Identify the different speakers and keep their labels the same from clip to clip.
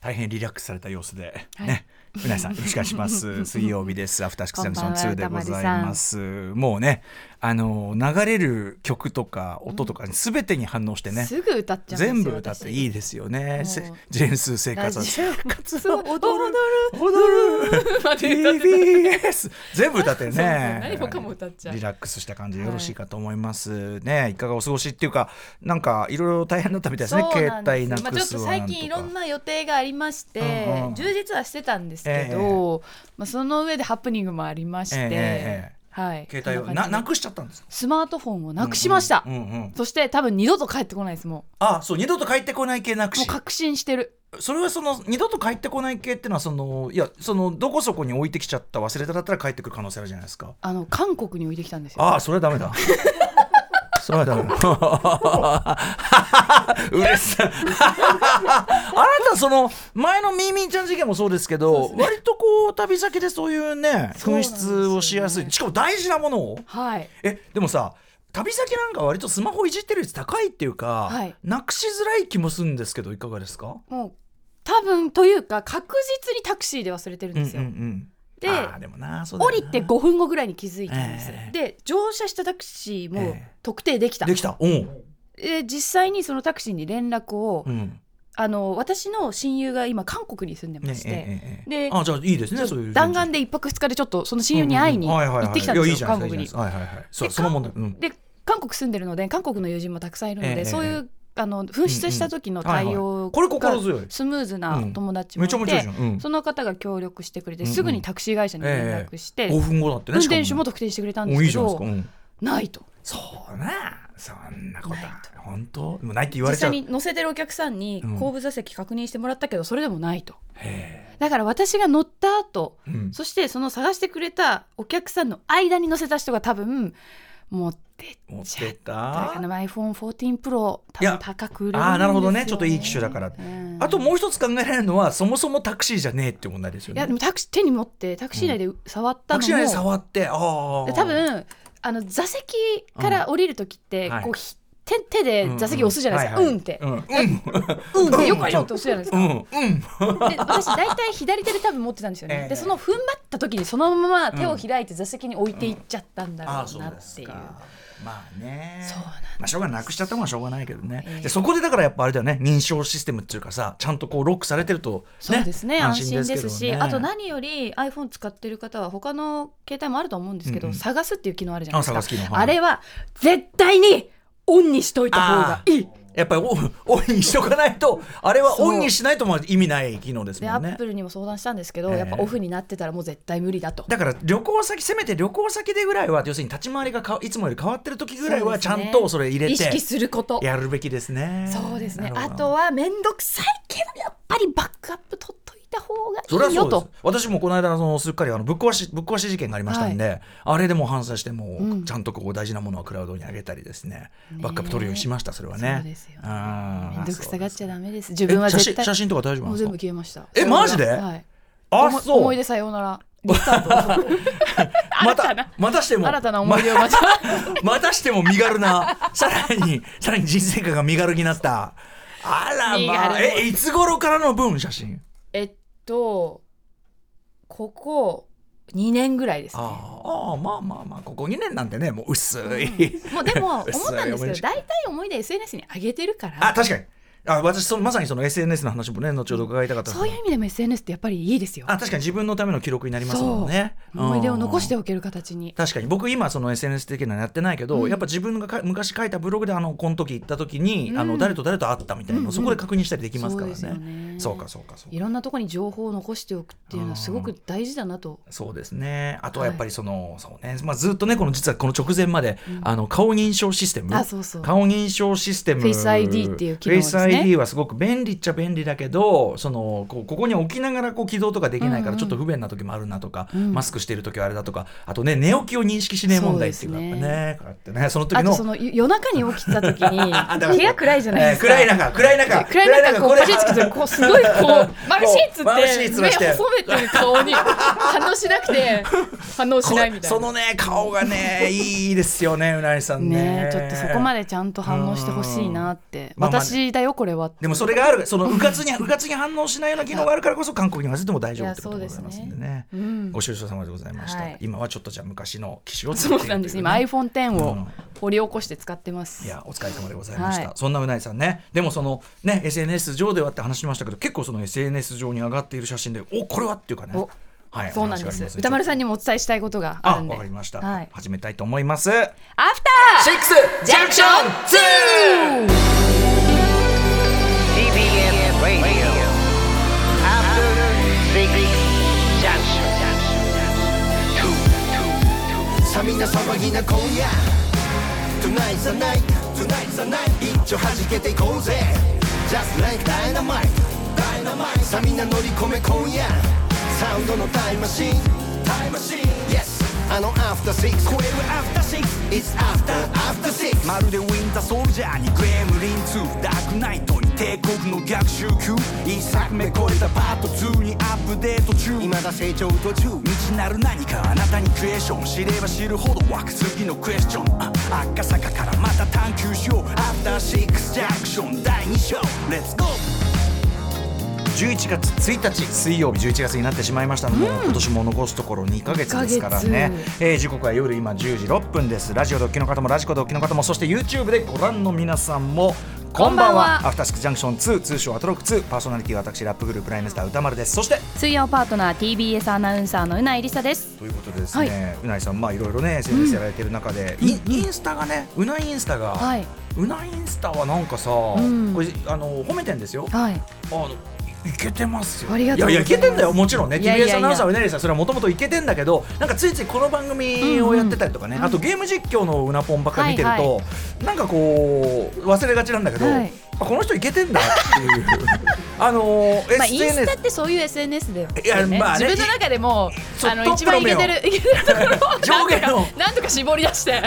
Speaker 1: 大変リラックスされた様子で、
Speaker 2: はい
Speaker 1: ね、うなえさんよろしくお願いします 水曜日ですアフターシックスジャンクション2でございますもうねあの流れる曲とか音とかに全てに反応してね、
Speaker 2: すぐ歌っちゃうんですよ
Speaker 1: 全部歌っていいですよね
Speaker 2: 私
Speaker 1: せジェンスー生活は生活は
Speaker 2: ラジオ
Speaker 1: 踊る踊る
Speaker 2: まで歌って
Speaker 1: TBS 全部歌ってる
Speaker 2: そうそう
Speaker 1: ね
Speaker 2: 何もかも歌っちゃう
Speaker 1: リラックスした感じでよろしいかと思います、ねいかがお過ごしっていうかなんかいろいろ大変だったみたいですね
Speaker 2: そう
Speaker 1: 携
Speaker 2: なんで
Speaker 1: 帯
Speaker 2: す
Speaker 1: な
Speaker 2: まあ
Speaker 1: く
Speaker 2: ちょっ
Speaker 1: す
Speaker 2: と
Speaker 1: わ
Speaker 2: 最近いろんな予定がありまして、
Speaker 1: うんうん
Speaker 2: 充実はしてたんですけど、
Speaker 1: え
Speaker 2: まあ、その上でハプニングもありまして、
Speaker 1: ええええ
Speaker 2: はい、
Speaker 1: 携帯を
Speaker 2: こん
Speaker 1: な
Speaker 2: な感じで
Speaker 1: なくしちゃったんですか
Speaker 2: スマートフォンをなくしました、
Speaker 1: うんうんうんうん
Speaker 2: そして多分二度と帰ってこないですも
Speaker 1: あそう二度と帰ってこない系なく
Speaker 2: うもう
Speaker 1: し
Speaker 2: 確信してる
Speaker 1: それはその二度と帰ってこない系っていうのはそのいやそのどこそこに置いてきちゃった忘れただったら帰ってくる可能性あるじゃないですか
Speaker 2: あの韓国に置いてきたんですよ
Speaker 1: ああそれはダメ だそれはダメだうれ しさあなたその前のみーみーちゃん事件もそうですけど割とこう旅先でそういうね
Speaker 2: そうなん
Speaker 1: 紛
Speaker 2: ですよね
Speaker 1: 失をしやすいしかも大事なものを
Speaker 2: はい
Speaker 1: えでもさ旅先なんか割とスマホいじってる率高いっていうか、
Speaker 2: はい
Speaker 1: なくしづらい気もするんですけどいかがですか
Speaker 2: もう多分というか確実にタクシーで忘れてるんですよ、
Speaker 1: うんうんうん
Speaker 2: で
Speaker 1: あーでもなそうだ
Speaker 2: 降
Speaker 1: よな
Speaker 2: りて5分後ぐらいに気づいたんです、
Speaker 1: ええ
Speaker 2: で乗車したタクシーも
Speaker 1: ええ
Speaker 2: 特定できた、
Speaker 1: できたうん、
Speaker 2: で実際にそのタクシーに連絡を、
Speaker 1: うん
Speaker 2: あの私の親友が今韓国に住んでま
Speaker 1: ね
Speaker 2: して、
Speaker 1: ええええ
Speaker 2: で
Speaker 1: あじゃあいいですねそういう
Speaker 2: 弾丸で一泊二日でちょっとその親友に会いに行ってきたんですよ、韓国に。
Speaker 1: はいはいはい。そう
Speaker 2: で
Speaker 1: その問題。うん
Speaker 2: で韓国住んでるので韓国の友人もたくさんいるので、
Speaker 1: ええ
Speaker 2: そういうあの紛失した時の
Speaker 1: うん
Speaker 2: 対
Speaker 1: はいは
Speaker 2: 応
Speaker 1: いこれ
Speaker 2: が
Speaker 1: 心強い
Speaker 2: スムーズな友達も
Speaker 1: め
Speaker 2: い
Speaker 1: ちゃ
Speaker 2: て、
Speaker 1: めちゃいいじゃん。うん
Speaker 2: その方が協力してくれて、
Speaker 1: うんうん
Speaker 2: すぐにタクシー会社に連絡して、
Speaker 1: 5分後だってね。
Speaker 2: 運
Speaker 1: しか
Speaker 2: 転手も特定してくれたんです
Speaker 1: おいい
Speaker 2: け
Speaker 1: じゃないで
Speaker 2: ど
Speaker 1: すか。うん
Speaker 2: ないと
Speaker 1: そうなそんなこと
Speaker 2: ない
Speaker 1: は本当でもないって言わ
Speaker 2: 実
Speaker 1: れちゃ
Speaker 2: 際
Speaker 1: う。
Speaker 2: に乗せてるお客さんに
Speaker 1: うん
Speaker 2: 後部座席確認してもらったけどそれでもないと、
Speaker 1: へ
Speaker 2: だから私が乗った後
Speaker 1: えうん
Speaker 2: そしてその探してくれたお客さんの間に乗せた人が多分持って
Speaker 1: 持っ
Speaker 2: っちゃ
Speaker 1: て
Speaker 2: ったたか。な iPhone14 Pro 多
Speaker 1: いや
Speaker 2: 分高く売れるんですよ、ね、
Speaker 1: あーなるほどねちょっといい機種だから
Speaker 2: うん
Speaker 1: あともう一つ考えられるのはそもそもタクシーじゃねえっていう問題ですよ
Speaker 2: いやで
Speaker 1: ね。
Speaker 2: もタクシー手に持ってタクシー内で触っ
Speaker 1: タ
Speaker 2: たの
Speaker 1: ク
Speaker 2: も、
Speaker 1: シー内で触ってああ。
Speaker 2: で多分あの座席から降りる時って、
Speaker 1: うんはい
Speaker 2: こうひ手手で座席押すじゃないですか、
Speaker 1: う
Speaker 2: うんん
Speaker 1: うん
Speaker 2: って
Speaker 1: う、んうん
Speaker 2: うんってよくあよって押すじゃない
Speaker 1: う
Speaker 2: ですか、
Speaker 1: んうん。
Speaker 2: で私大体左手で多分持ってたんですよね、
Speaker 1: ええ
Speaker 2: でその踏ん張った時にそのまま手を開いて座席に置いていっちゃったんだろ
Speaker 1: ああ
Speaker 2: う
Speaker 1: そう
Speaker 2: なっ
Speaker 1: です
Speaker 2: ていう,、
Speaker 1: かまあね
Speaker 2: そうなん
Speaker 1: まあしょうがないなくしちゃったもんはしょうがないけどね、
Speaker 2: ええ
Speaker 1: でそこでだからやっぱあれだよね認証システムっていうかさちゃんとこうロックされてると、ね、
Speaker 2: そうですね安心ですし
Speaker 1: けどね
Speaker 2: あと何より iPhone 使ってる方は他の携帯もあると思うんですけど、
Speaker 1: うんうん
Speaker 2: 探すっていう機能あるじゃない
Speaker 1: あ
Speaker 2: です
Speaker 1: 探
Speaker 2: か
Speaker 1: す機能
Speaker 2: あれは絶対にオンにしといた方がいい。
Speaker 1: やっぱり オンオンにしとかないとあれは
Speaker 2: そう
Speaker 1: オンにしないとも意味ない機能です
Speaker 2: で、
Speaker 1: も
Speaker 2: ア
Speaker 1: んね
Speaker 2: ップルにも相談したんですけど、
Speaker 1: ええ
Speaker 2: やっぱオフになってたらもう絶対無理だと。
Speaker 1: だから旅行先せめて旅行先でぐらいは要するに立ち回りがかいつもより変わってる時ぐらいはちゃんとそれ入れ
Speaker 2: 意
Speaker 1: て
Speaker 2: 識すること。
Speaker 1: やるべきですね
Speaker 2: そうですね。
Speaker 1: なる
Speaker 2: あ
Speaker 1: ほど
Speaker 2: とは面倒くさいけどやっぱりバックアップ取っといた方
Speaker 1: そ
Speaker 2: が
Speaker 1: れ
Speaker 2: い
Speaker 1: はい
Speaker 2: よ
Speaker 1: そうで
Speaker 2: と
Speaker 1: す。私もこの間のそのすっかりあのぶっ壊しぶっ壊し事件がありましたんで、あれでもう反省してもう
Speaker 2: うん
Speaker 1: ちゃんとこう大事なものはクラウドに上げたりですね、
Speaker 2: ね
Speaker 1: バックアップ取るようにしましたそれはね
Speaker 2: そうですよね
Speaker 1: あー
Speaker 2: めんどくさがっちゃ
Speaker 1: そう
Speaker 2: ダメです。自
Speaker 1: です
Speaker 2: 分は
Speaker 1: え写
Speaker 2: 絶
Speaker 1: 真
Speaker 2: 対
Speaker 1: 写真とか大丈夫なん
Speaker 2: もう
Speaker 1: です
Speaker 2: 全
Speaker 1: か
Speaker 2: 部消えました。
Speaker 1: え
Speaker 2: それは
Speaker 1: マジで
Speaker 2: はい。
Speaker 1: あそう
Speaker 2: 思い思い出さようなら。リスタート。
Speaker 1: ま
Speaker 2: 新た
Speaker 1: た
Speaker 2: な
Speaker 1: またしても
Speaker 2: 新たな思い出をまた。
Speaker 1: ままたしても身軽なさらにさらに人生観が身軽になったあら
Speaker 2: 身
Speaker 1: まあ
Speaker 2: 軽
Speaker 1: えいつ頃からのブーム写真
Speaker 2: えっとここ2年ぐらいですね。
Speaker 1: あーあーまあまあまあここ2年なんてねもう薄い、
Speaker 2: もうでも思ったんです
Speaker 1: 嘘
Speaker 2: け
Speaker 1: よ
Speaker 2: ど大体思い出 SNS に上げてるか
Speaker 1: あ
Speaker 2: ら
Speaker 1: 確かにあ私そのまさにその SNS の話もね後ほど伺いたかったんです
Speaker 2: そう
Speaker 1: けど
Speaker 2: いう意味でも SNS ってやっぱりいいですよ。
Speaker 1: あ確かに自分のための記録になりますもんね
Speaker 2: 思い出を残して
Speaker 1: うん
Speaker 2: おける形に。
Speaker 1: 確かに僕今その SNS 的なのやってないけど、
Speaker 2: うん
Speaker 1: やっぱ自分がか昔書いたブログであのこの時行った時に、
Speaker 2: うん
Speaker 1: あの誰と誰と会ったみたいなの
Speaker 2: うんうん
Speaker 1: そこで確認したりできますからね,、
Speaker 2: そう
Speaker 1: そう
Speaker 2: ですよね
Speaker 1: かそうかそう
Speaker 2: い
Speaker 1: か
Speaker 2: ろんなところに情報を残しておくっていうのはすごく大事だなと。
Speaker 1: そうですねあとはやっぱりその、そうね、まあ、ずっとねこの実はこの直前まで、
Speaker 2: うん
Speaker 1: あの顔認証システム
Speaker 2: あそうそう。
Speaker 1: 顔認証システム
Speaker 2: Face ID っていう機能ですね
Speaker 1: Face ID はすごく便利っちゃ便利だけどそのこうここに置きながらこう起動とかできないか
Speaker 2: うんう
Speaker 1: ら
Speaker 2: ん
Speaker 1: ちょっと不便な時もあるなとか、
Speaker 2: うん
Speaker 1: マスクしてる時はあれだとかあとね寝起きを認識しねえ問題っていうか
Speaker 2: そう
Speaker 1: や
Speaker 2: で
Speaker 1: っ
Speaker 2: す
Speaker 1: ぱ
Speaker 2: ね
Speaker 1: ねこうやってねその時
Speaker 2: あ
Speaker 1: の
Speaker 2: とその夜夜中に起きた時
Speaker 1: だ
Speaker 2: に
Speaker 1: から
Speaker 2: 部屋暗いじゃない
Speaker 1: えー
Speaker 2: ですか。
Speaker 1: 暗い中暗い中
Speaker 2: 暗い中こうパシッつけてこうすごいこ うマルシーツ
Speaker 1: マルシー
Speaker 2: っ
Speaker 1: ツ
Speaker 2: て
Speaker 1: 出
Speaker 2: 目
Speaker 1: して
Speaker 2: 細めてる顔に反応しなく て反応しないみたいな。
Speaker 1: そのね顔がねいいですよねうなりさんね
Speaker 2: ねえちょっとそこまでちゃんと反応してほしいなって、
Speaker 1: まあまあ
Speaker 2: 私だよこれ は
Speaker 1: でもそれがあるそのうかつにうかつに反応しないような機能があるからこそ韓国に混ぜても大丈夫ってことでございますんでね
Speaker 2: いうん
Speaker 1: ご愁傷様でございました、
Speaker 2: はい
Speaker 1: 今はちょっとじゃあ昔の機種を使
Speaker 2: そ
Speaker 1: って
Speaker 2: う
Speaker 1: い
Speaker 2: なん
Speaker 1: る
Speaker 2: です
Speaker 1: という
Speaker 2: 今
Speaker 1: ね
Speaker 2: iPhone X
Speaker 1: う
Speaker 2: を
Speaker 1: ん
Speaker 2: 掘り起こして使ってます、
Speaker 1: いやお疲れ様でございました、
Speaker 2: はい
Speaker 1: そんなうないさんねでもそのね SNS 上ではって話しましたけど結構その SNS 上に上がっている写真でおこれはっていうかね
Speaker 2: お
Speaker 1: はい
Speaker 2: そうなん
Speaker 1: お話
Speaker 2: で
Speaker 1: があり
Speaker 2: す
Speaker 1: ま
Speaker 2: 歌丸さんにもお伝えしたいことが
Speaker 1: あ
Speaker 2: あるんで
Speaker 1: わかりました、
Speaker 2: はい、
Speaker 1: 始めたいと思います
Speaker 2: アフター
Speaker 1: シックスジャンクション 2!
Speaker 3: TBN Radio. After Six Junction.
Speaker 4: さみんな騒ぎな今夜 Tonight's the night Tonight's the night 一丁弾けていこうぜ Just like dynamite Dynamite さみんな乗り込め今夜サウンドのタイムマシンタイムマシン Yes あのアフターシックスこれはアフターシックス It's after after six
Speaker 5: まるでウィンターソルジャーにグレムリン2ダークナイトに帝国の逆襲級一作目超えたパート2にアップデート中
Speaker 4: 未だ成長途中
Speaker 5: 未知なる何かあなたにクエスチョン知れば知るほど湧く次のクエスチョンあ赤坂からまた探求しようアフターシックスジャンクション第2章レッツゴー
Speaker 1: 11月1日水曜日11月になってしまいましたので、もう今年も残すところ2ヶ月ですからね
Speaker 2: 二ヶ、
Speaker 1: えー時刻は夜今10時6分ですラジオドッキの方もラジコドッキの方もそして YouTube でご覧の皆さんもこんばんは
Speaker 2: こんばんは
Speaker 1: アフターシックスジャンクション2通称アトロック2パーソナリティは私ラップグループライムスター歌丸ですそして
Speaker 2: 水曜パートナー TBS アナウンサーのうないりさです
Speaker 1: ということでですね、うないさんまあいろいろね SNS やられてる中で、インインスタがねうないインスタが、
Speaker 2: はいう
Speaker 1: ないインスタはなんかさ、
Speaker 2: ん
Speaker 1: これあの褒めてんですよ
Speaker 2: はい
Speaker 1: あのいけてますよ。
Speaker 2: ありがとうございます
Speaker 1: やいやいけてんだよもちろんね。
Speaker 2: いやいやいや
Speaker 1: TBS アナウンサーはねりさんそれはもともといけてんだけどなんかついついこの番組をやってたりとかね、あとゲーム実況のうなぽんばっかり見てると、
Speaker 2: はい
Speaker 1: なんかこう忘れがちなんだけど、
Speaker 2: はい
Speaker 1: あこの人いけてんだっていう あのー
Speaker 2: まあ、インス
Speaker 1: SNS
Speaker 2: タってそういう SNS だよ、
Speaker 1: いやまあね
Speaker 2: 自分の中でも
Speaker 1: い
Speaker 2: あ
Speaker 1: そ
Speaker 2: の
Speaker 1: う
Speaker 2: 一番いけてるいけてるところ を
Speaker 1: 上下の
Speaker 2: なんとかなんとか絞り出 して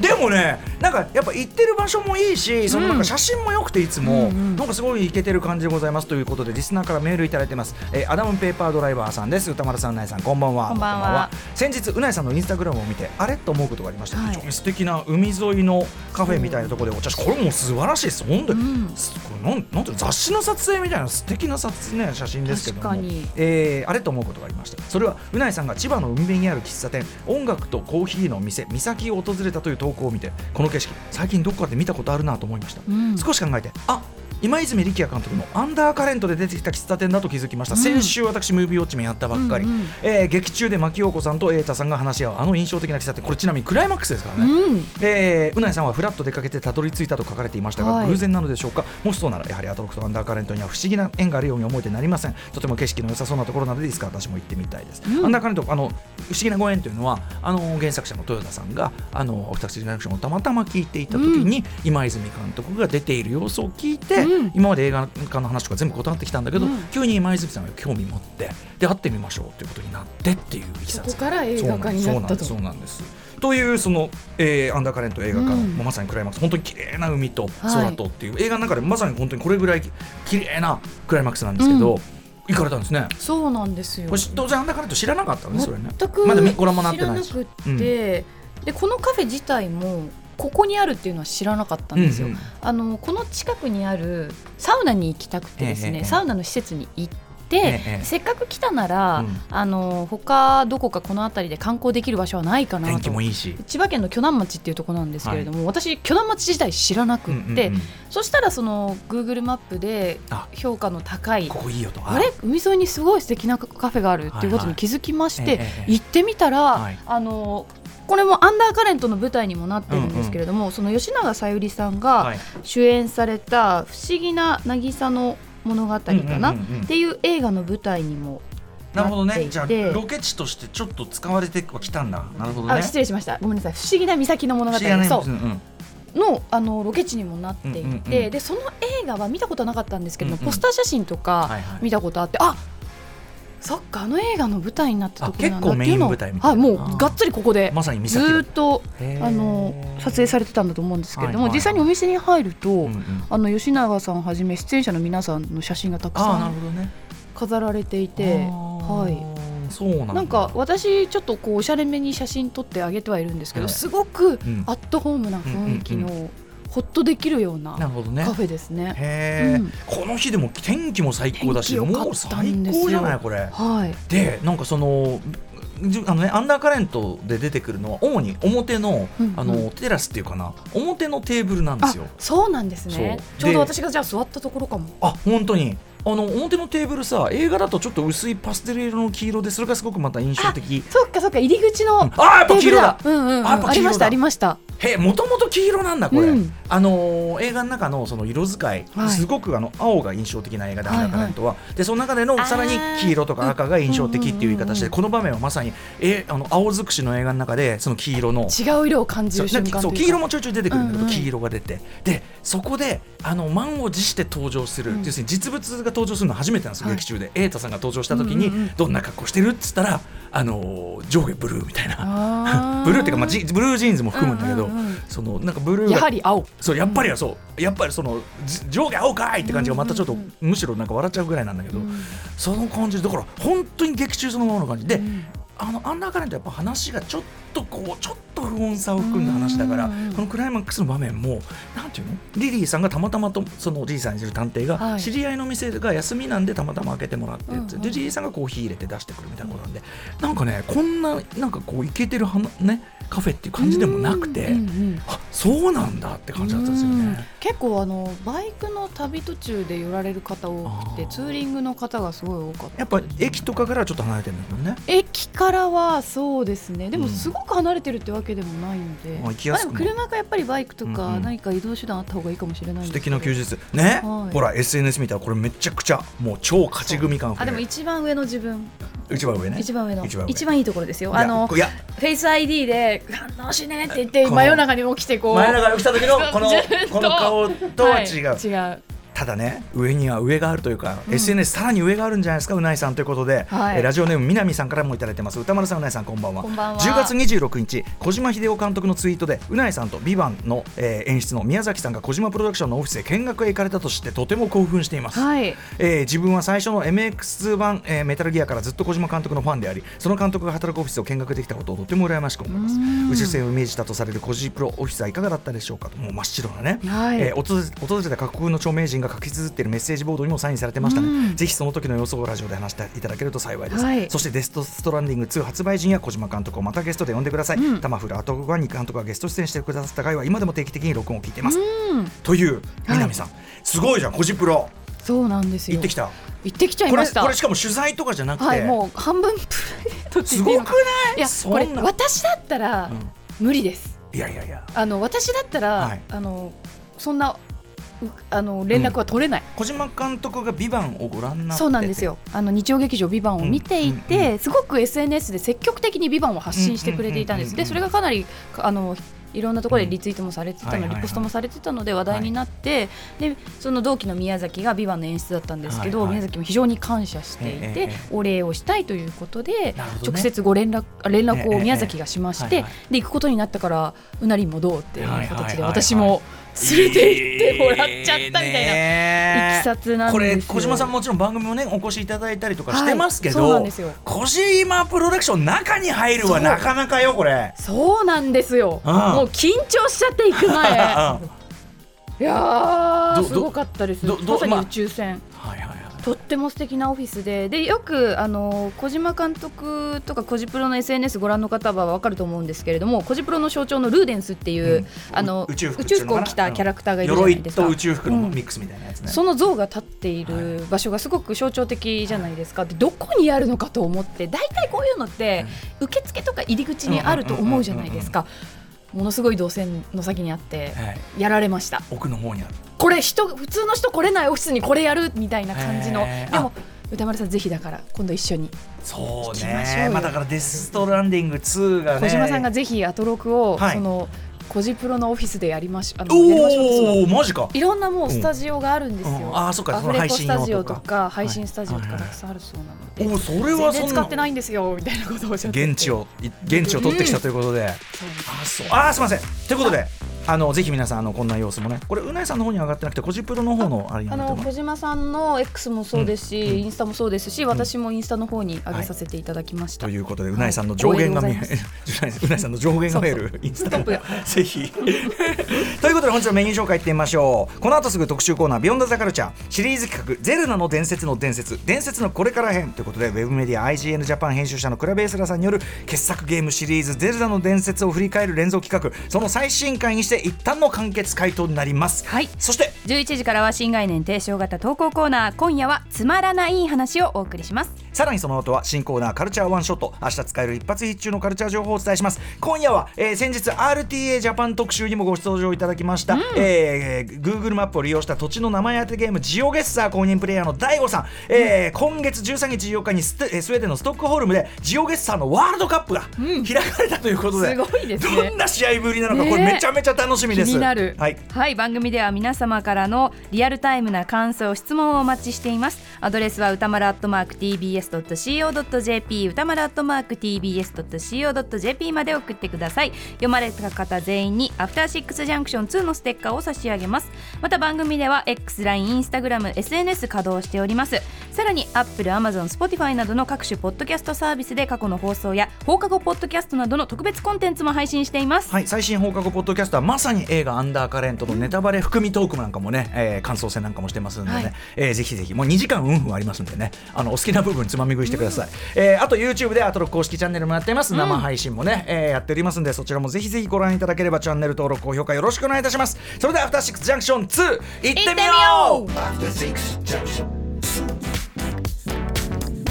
Speaker 1: でもねなんかやっぱ行ってる場所もいいしそのなん
Speaker 2: う
Speaker 1: か
Speaker 2: ん
Speaker 1: 写真も良くていつも、
Speaker 2: うんうん
Speaker 1: なんかすごいイケてる感じでございますということでリスナーからメールいただいてます、えーアダムペーパードライバーさんです歌丸さんうないさんこんばんは
Speaker 2: こんばんは
Speaker 1: 先日うないさんのインスタグラムを見てあれと思うことがありました、
Speaker 2: はい
Speaker 1: 非常に素敵な海沿いのカフェみたいなところでお茶しこれもう素晴らしいですほんとに、すこれなんなんていうの雑誌の撮影みたいな素敵な撮、ね、写真ですけども
Speaker 2: 確かに
Speaker 1: えーあれと思うことがありましたそれはうないさんが千葉の海辺にある喫茶店音楽とコーヒーの店三崎を訪れたという投稿を見てこの景色最近どこかで見たことあるなと思いました、
Speaker 2: うん
Speaker 1: 少し考えてあ今泉力也監督の「アンダーカレント」で出てきた喫茶店だと気づきました、
Speaker 2: うん
Speaker 1: 先週私ムービーウォッチメンやったばっかり、
Speaker 2: うんうん
Speaker 1: えー劇中で牧陽子さんと瑛太さんが話し合うあの印象的な喫茶店これちなみにクライマックスですからね、
Speaker 2: うん
Speaker 1: えーうないさんはフラッと出かけてたどり着いたと書かれていましたが、
Speaker 2: はい
Speaker 1: 偶然なのでしょうかもしそうならやはりアトロックとアンダーカレントには不思議な縁があるように思えてなりませんとても景色の良さそうなところなのでいつか私も行ってみたいです、
Speaker 2: うん
Speaker 1: アンダーカレントあの不思議なご縁というのはあの原作者の豊田さんがあの私のアクションをたまたま聞いていた時に、今泉監督が出ている様子を聞いて、
Speaker 2: うん
Speaker 1: 今まで映画化の話とか全部断ってきたんだけど、
Speaker 2: うん
Speaker 1: 急に今泉さんが興味持ってで会ってみましょうということになってっていういきさ
Speaker 2: そ
Speaker 1: つ
Speaker 2: こから映画化になったと
Speaker 1: そうなんですそうなんですというその、えーアンダーカレント映画化の、
Speaker 2: うん
Speaker 1: まさにクライマックス本当に綺麗な海と
Speaker 2: はい
Speaker 1: 空とっていう、映画の中でまさに本当にこれぐらい綺麗なクライマックスなんですけど、
Speaker 2: う
Speaker 1: 行かれたんですね
Speaker 2: そうなんですよ
Speaker 1: これ当然アンダーカレント知らなかったのねそれね
Speaker 2: 全く
Speaker 1: まだご覧もなってない
Speaker 2: 知
Speaker 1: し
Speaker 2: らなくって、でこのカフェ自体もここにあるっていうのは知らなかったんですよ、
Speaker 1: うんうん
Speaker 2: あのこの近くにあるサウナに行きたくてですね、
Speaker 1: ええええ
Speaker 2: サウナの施設に行って。
Speaker 1: ええ
Speaker 2: せっかく来たなら、
Speaker 1: うん
Speaker 2: あの他どこかこの辺りで観光できる場所はないかなと
Speaker 1: 天気もいいし、
Speaker 2: 千葉県の鋸南町っていうところなんですけれども、私鋸南町自体知らなくって、
Speaker 1: うんうんうん
Speaker 2: そしたらその Google マップで
Speaker 1: あ
Speaker 2: 評価の高い
Speaker 1: ここいいよと
Speaker 2: あれ海沿いにすごい素敵なカフェがあるっていうことに気づきまして、
Speaker 1: はいはいええええ
Speaker 2: 行ってみたら、
Speaker 1: はい
Speaker 2: あのこれも「アンダーカレント」の舞台にもなってるんですけれども、その吉永小百合さん
Speaker 1: は
Speaker 2: が
Speaker 1: い
Speaker 2: 主演された「不思議な渚の物語」かな
Speaker 1: うんうんうんうん
Speaker 2: っていう映画の舞台にも
Speaker 1: なるほど
Speaker 2: なって
Speaker 1: ね
Speaker 2: いて
Speaker 1: じゃあロケ地としてちょっと使われてはきたんだなるほど
Speaker 2: あ
Speaker 1: ね
Speaker 2: 失礼しましたごめんなさい「不思議な岬の物語」
Speaker 1: 知らない
Speaker 2: そ
Speaker 1: で
Speaker 2: う
Speaker 1: すうんうん
Speaker 2: のあのロケ地にもなっていて、
Speaker 1: うんうんうん
Speaker 2: でその映画は見たことなかったんですけども、
Speaker 1: うんうん
Speaker 2: ポスター写真と
Speaker 1: は
Speaker 2: か
Speaker 1: いはい
Speaker 2: 見たことあって、あそっかあの映画の舞台になったところなんだ
Speaker 1: あ結構
Speaker 2: っていう
Speaker 1: メ
Speaker 2: の
Speaker 1: イン舞台みたいな
Speaker 2: はい、もうがっつりここで
Speaker 1: まさに
Speaker 2: ず
Speaker 1: 岬
Speaker 2: ー
Speaker 1: だ
Speaker 2: っと
Speaker 1: へー
Speaker 2: あの撮影されてたんだと思うんですけれども、
Speaker 1: はいはいはい
Speaker 2: 実際にお店に入ると、
Speaker 1: うんうん
Speaker 2: あの吉永さんはじめ出演者の皆さんの写真がたく
Speaker 1: ああ
Speaker 2: さ
Speaker 1: なる
Speaker 2: ん
Speaker 1: ほどね
Speaker 2: 飾られていて。はい
Speaker 1: いそうなんだ
Speaker 2: なんか私ちょっとこうおしゃれめに写真撮ってあげてはいるんですけど、
Speaker 1: はい
Speaker 2: すごく
Speaker 1: ん
Speaker 2: アットホームな雰囲気のほっとできるような
Speaker 1: なるほどね
Speaker 2: カフェですね。
Speaker 1: へえ、
Speaker 2: うん
Speaker 1: この日でも天気も最高だし
Speaker 2: 天気良か
Speaker 1: もう
Speaker 2: った
Speaker 1: 最
Speaker 2: んですよ
Speaker 1: 高じゃないこれ
Speaker 2: はい。
Speaker 1: でなんかそのじあのね、アンダーカレントで出てくるのは主に表の,、
Speaker 2: うんうん
Speaker 1: あのテラスっていうかな表のテーブルなんで
Speaker 2: あ
Speaker 1: すよ、
Speaker 2: そうなんですね。
Speaker 1: そう
Speaker 2: ちょうど
Speaker 1: で
Speaker 2: 私がじゃあ座ったところかも。
Speaker 1: あ本当にあの表のテーブルさ映画だとちょっと薄いパステル色の黄色でそれがすごくまた印象的
Speaker 2: そっかそっか入り口の、
Speaker 1: あーやっぱ黄色だ
Speaker 2: テーブルうんうんうん、
Speaker 1: あやっぱ黄色だ
Speaker 2: ありましたありました。
Speaker 1: へえもともと黄色なんだこれ、
Speaker 2: うん
Speaker 1: あのー映画の中のその色使い、
Speaker 2: はい
Speaker 1: すごくあの青が印象的な映画で「アンダーカレントは」でその中でのさらに黄色とか赤が印象的っていう言い方して、
Speaker 2: うん
Speaker 1: この場面はまさに、えあの青尽くしの映画の中でその黄色の
Speaker 2: 違う色を感じ
Speaker 1: そう
Speaker 2: る瞬間というか
Speaker 1: そう黄色もちょいちょい出てくるんだけど、
Speaker 2: うんうん
Speaker 1: 黄色が出てでそこであの満を持して登場する、
Speaker 2: うん
Speaker 1: 要するに実物が登場するの初めてなんですよ、
Speaker 2: はい
Speaker 1: 劇中で瑛太さんが登場した時に、
Speaker 2: うんうんうん
Speaker 1: どんな格好してるっつったら、あのー上下ブルーみたいな
Speaker 2: あ
Speaker 1: ブルーっていうか、まあ、
Speaker 2: じ
Speaker 1: ジブルージーンズも含むんだけど、
Speaker 2: うんうんうん
Speaker 1: そのなんかブルー
Speaker 2: や
Speaker 1: が
Speaker 2: はり青。
Speaker 1: そうやっぱりはそうやっぱりそのじ上下青かいって感じがまたちょっと、
Speaker 2: うんうんうん
Speaker 1: むしろなんか笑っちゃうぐらいなんだけど、
Speaker 2: うん
Speaker 1: その感じだから本当に劇中そのままの感じで、
Speaker 2: うん
Speaker 1: あのアンダーカレントやっぱ話がちょっとこうちょっと不穏さを含んだ話だから、
Speaker 2: うんうんうん
Speaker 1: このクライマックスの場面もなんていうのリリーさんがたまたまとそのリリーさん演じる探偵
Speaker 2: は
Speaker 1: が
Speaker 2: い
Speaker 1: 知り合いの店が休みなんでたまたま開けてもらって、
Speaker 2: うんうん
Speaker 1: でリリーさんがコーヒー入れて出してくるみたいなことなんで、なんかねこんななんかこうイケてるはなねカフェっていう感じでもなくて。
Speaker 2: うんうん
Speaker 1: あそうなんだって感じだったんですよ
Speaker 2: うん
Speaker 1: ね。
Speaker 2: 結構あのバイクの旅途中で寄られる方多く
Speaker 1: あ
Speaker 2: て
Speaker 1: ー
Speaker 2: ツーリングの方がすごい多かった
Speaker 1: やっぱ駅とかからはちょっと離れてるんだもんね。
Speaker 2: 駅からはそうですねで
Speaker 1: う
Speaker 2: も
Speaker 1: ん
Speaker 2: すごく離れてるってわけでもないので、
Speaker 1: まあ行きやすくも
Speaker 2: でも車かやっぱりバイクと
Speaker 1: うんう
Speaker 2: か
Speaker 1: ん
Speaker 2: 何か移動手段あった方がいいかもしれないん
Speaker 1: 素
Speaker 2: で
Speaker 1: 敵
Speaker 2: すけど
Speaker 1: な休日ね、
Speaker 2: はい
Speaker 1: ほら SNS 見たらこれめちゃくちゃもう超勝ち組感
Speaker 2: あでも一番上の自分
Speaker 1: 一番上ね
Speaker 2: 一番上の
Speaker 1: 一番上
Speaker 2: 一番いいところですよ
Speaker 1: いや
Speaker 2: あの
Speaker 1: いや
Speaker 2: フェイス ID で「反応しね」って言って
Speaker 1: この
Speaker 2: 真夜中に起きてこう
Speaker 1: 前永が起きた時のこの
Speaker 2: ずっと
Speaker 1: この顔とは違う、
Speaker 2: はい違う
Speaker 1: ただね上には上があるというか、SNS さらに上があるんじゃないですかうないさんということで、
Speaker 2: はい
Speaker 1: えーラジオネーム南さんからもいただいてます歌丸さんうないさんこんばんは
Speaker 2: こんばんは
Speaker 1: 10月26日小島秀夫監督のツイートでうないさんと「ビバンの、えー演出の宮崎さんが小島プロダクションのオフィスへ見学へ行かれたとしてとても興奮しています、
Speaker 2: はい
Speaker 1: えー自分は最初の MX2 版、えーメタルギアからずっと小島監督のファンでありその監督が働くオフィスを見学できたことをとても羨ましく思います宇宙船をイメージしたとされる小島プロオフィスはいかがだったでしょうかともう真っ白なね、
Speaker 2: はい
Speaker 1: えー訪れ訪れた各国の著名人が書き綴っているメッセージボードにもサインされてました
Speaker 2: う
Speaker 1: ね
Speaker 2: ん
Speaker 1: ぜひその時の様子をラジオで話していただけると幸いです、
Speaker 2: はい
Speaker 1: そしてデストストランディング2発売時には小島監督をまたゲストで呼んでください、
Speaker 2: うん
Speaker 1: タマフルアトガニ監督がゲスト出演してくださった回は今でも定期的に録音を聞いていますという南さん、すごいじゃん小島プロ
Speaker 2: そうなんですよ
Speaker 1: 行ってきた
Speaker 2: 行ってきちゃい
Speaker 1: こ
Speaker 2: ま
Speaker 1: れ
Speaker 2: した
Speaker 1: これしかも取材とかじゃなくて、
Speaker 2: はいもう半分プライベートって言っていいのか
Speaker 1: すごくない
Speaker 2: いや
Speaker 1: そん
Speaker 2: こ
Speaker 1: な
Speaker 2: れ私だったら
Speaker 1: うん
Speaker 2: 無理です
Speaker 1: いやいやいや
Speaker 2: あの私だったら、
Speaker 1: はい
Speaker 2: あのそんなうあの連絡は取れない、
Speaker 1: 小島監督が「ビバンをご覧になってて
Speaker 2: そうなんですよあの日曜劇場「ビバンを見ていて、
Speaker 1: うんうん
Speaker 2: すごく SNS で積極的に「ビバンを発信してくれていたんで
Speaker 1: うん
Speaker 2: す
Speaker 1: うんうんうん
Speaker 2: でそれがかなりあのいろんなところでリツイートもされてた
Speaker 1: うんは
Speaker 2: の、
Speaker 1: いはいはい
Speaker 2: リポストもされてたので話題になって、でその同期の宮崎が「ビバンの演出だったんですけど、
Speaker 1: はいはい
Speaker 2: 宮崎も非常に感謝していて、
Speaker 1: ええええ
Speaker 2: お礼をしたいということで、
Speaker 1: なるほどね
Speaker 2: 直接ご連絡あ連絡
Speaker 1: えええ
Speaker 2: を
Speaker 1: え
Speaker 2: 宮崎がしまして、
Speaker 1: はいはい
Speaker 2: で行くことになったからうなりもどうっていう
Speaker 1: はいはい
Speaker 2: 形
Speaker 1: はい
Speaker 2: で
Speaker 1: はい
Speaker 2: 私も連れて行ってもらっちゃったみたいな。
Speaker 1: ない
Speaker 2: きさつなんですよ
Speaker 1: これ小島さんもちろん番組もねお越しいただいたりとかしてますけど、
Speaker 2: はいそうなんですよ
Speaker 1: 小島プロダクション中に入るは
Speaker 2: そう
Speaker 1: なかなかよこれ。
Speaker 2: そうなんですよ。
Speaker 1: うん
Speaker 2: もう緊張しちゃって行く前。
Speaker 1: はい
Speaker 2: や
Speaker 1: どど
Speaker 2: ーすごかったです。
Speaker 1: ど
Speaker 2: ま
Speaker 1: ど
Speaker 2: さに
Speaker 1: まあ
Speaker 2: 宇宙船。
Speaker 1: いはいはい
Speaker 2: とっても素敵なオフィスででよくあの小島監督とか小島プロの SNS ご覧の方はわかると思うんですけれども小島プロの象徴のルーデンスっていう、
Speaker 1: うん
Speaker 2: あの
Speaker 1: 宇宙服
Speaker 2: 宇宙服を着たキャラクターがいるじゃないですか。
Speaker 1: 鎧と宇宙服の
Speaker 2: うん
Speaker 1: ミックスみたいなやつね。
Speaker 2: その像が立っている場所がすごく象徴的じゃないですか、でどこにあるのかと思って大体こういうのって受付とか入り口にあると思うじゃないですかものすごい動線の先にあって
Speaker 1: はい
Speaker 2: やられました
Speaker 1: 奥の方にある。
Speaker 2: これ人普通の人来れないオフィスにこれやるみたいな感じの
Speaker 1: へー
Speaker 2: でも歌丸さんぜひだから今度一緒に
Speaker 1: そう
Speaker 2: 行きましょう
Speaker 1: ね。
Speaker 2: よ
Speaker 1: まあだからデスストランディング2がね。
Speaker 2: 小島さんがぜひアトロクを、
Speaker 1: はい
Speaker 2: そのコジプロのオフィスでやりましあのやりましょうってその
Speaker 1: おおマジか。
Speaker 2: いろんなもうスタジオがあるんですよ、
Speaker 1: うんあーそっか
Speaker 2: アフレコスタジオ
Speaker 1: その配信用と
Speaker 2: と
Speaker 1: か
Speaker 2: か配信スタジオとかたくさんあるそうなので、
Speaker 1: おそれはそんな
Speaker 2: 全然使ってないんですよみたいなことをおっしゃってて
Speaker 1: 現地をい現地を取ってきたということで、あそうあーすみませんということであのぜひ皆さんあのこんな様子もねこれうなえさんの方には上がってなくてコジプロの方のあれに
Speaker 2: あ
Speaker 1: 上がって
Speaker 2: の
Speaker 1: ます
Speaker 2: 小島さんの X もそうですし、インスタもそうですし、私もインスタの方に上げさせていただきました。
Speaker 1: ということで、
Speaker 2: は
Speaker 1: うないさんの上限が見え、
Speaker 2: 光栄でございま す
Speaker 1: うないさんの上限が見えるインスタ
Speaker 2: トップが
Speaker 1: ぜひ。 ということで、本日のメニュー紹介いってみましょう。この後すぐ特集コーナー、ビヨンドザカルチャー、シリーズ企画、ゼルナの伝説の伝説、伝説のこれから編ということで、ウェブメディア IGN ジャパン編集者のクラベースラさんによる傑作ゲームシリーズ、ゼルナの伝説を振り返る連続企画、その最新回にして、一旦の完結回となります。
Speaker 2: はい
Speaker 1: そして、
Speaker 6: 11時からは新概念提唱型投稿コーナー今夜はつまらない話をお送りします
Speaker 1: さらにその後は新コーナーカルチャーワンショット明日使える一発必中のカルチャー情報をお伝えします今夜は、えー先日 RTA ジャパン特集にもご登場いただきました、えー Google マップを利用した土地の名前当てゲームジオゲッサー公認プレイヤーの DAIGO さん、えー今月13日14日にステえースウェーデンのストックホルムでジオゲッサーのワールドカップが開かれたということで、
Speaker 2: すごいですね
Speaker 1: どんな試合ぶりなのか、
Speaker 2: ね
Speaker 1: これめちゃめちゃ楽しみです
Speaker 2: 気になる
Speaker 1: はい
Speaker 6: はい番組では皆様からのリアルタイムな感想質問をお待ちしていますアドレスは歌丸アットマーク tbs.co.jp 歌丸アットマーク tbs.co.jp まで送ってください読まれた方全員にアフターシックスジャンクション2のステッカーを差し上げますまた番組では XLINE、Instagram、SNS 稼働しておりますさらに Apple、Amazon、Spotify などの各種ポッドキャストサービスで過去の放送や放課後ポッドキャストなどの特別コンテンツも配信しています
Speaker 1: はい、最新放課後ポッドキャストはまさに映画「アンダーカレント」のネタバレ含みトークなんかもね、えー感想戦なんかもしてますんでね、
Speaker 2: はい
Speaker 1: えーぜひぜひもう2時間うんふんありますんでねあのお好きな部分つまみ食いしてください、えーあと YouTube でアトロック公式チャンネルもやっています生配信もね、えーやっておりますんでそちらもぜひぜひご覧いただければチャンネル登録高評価よろしくお願いいたしますそれでは「アフターシックスジャンクション2」いってみよう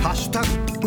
Speaker 4: ハッシュタグ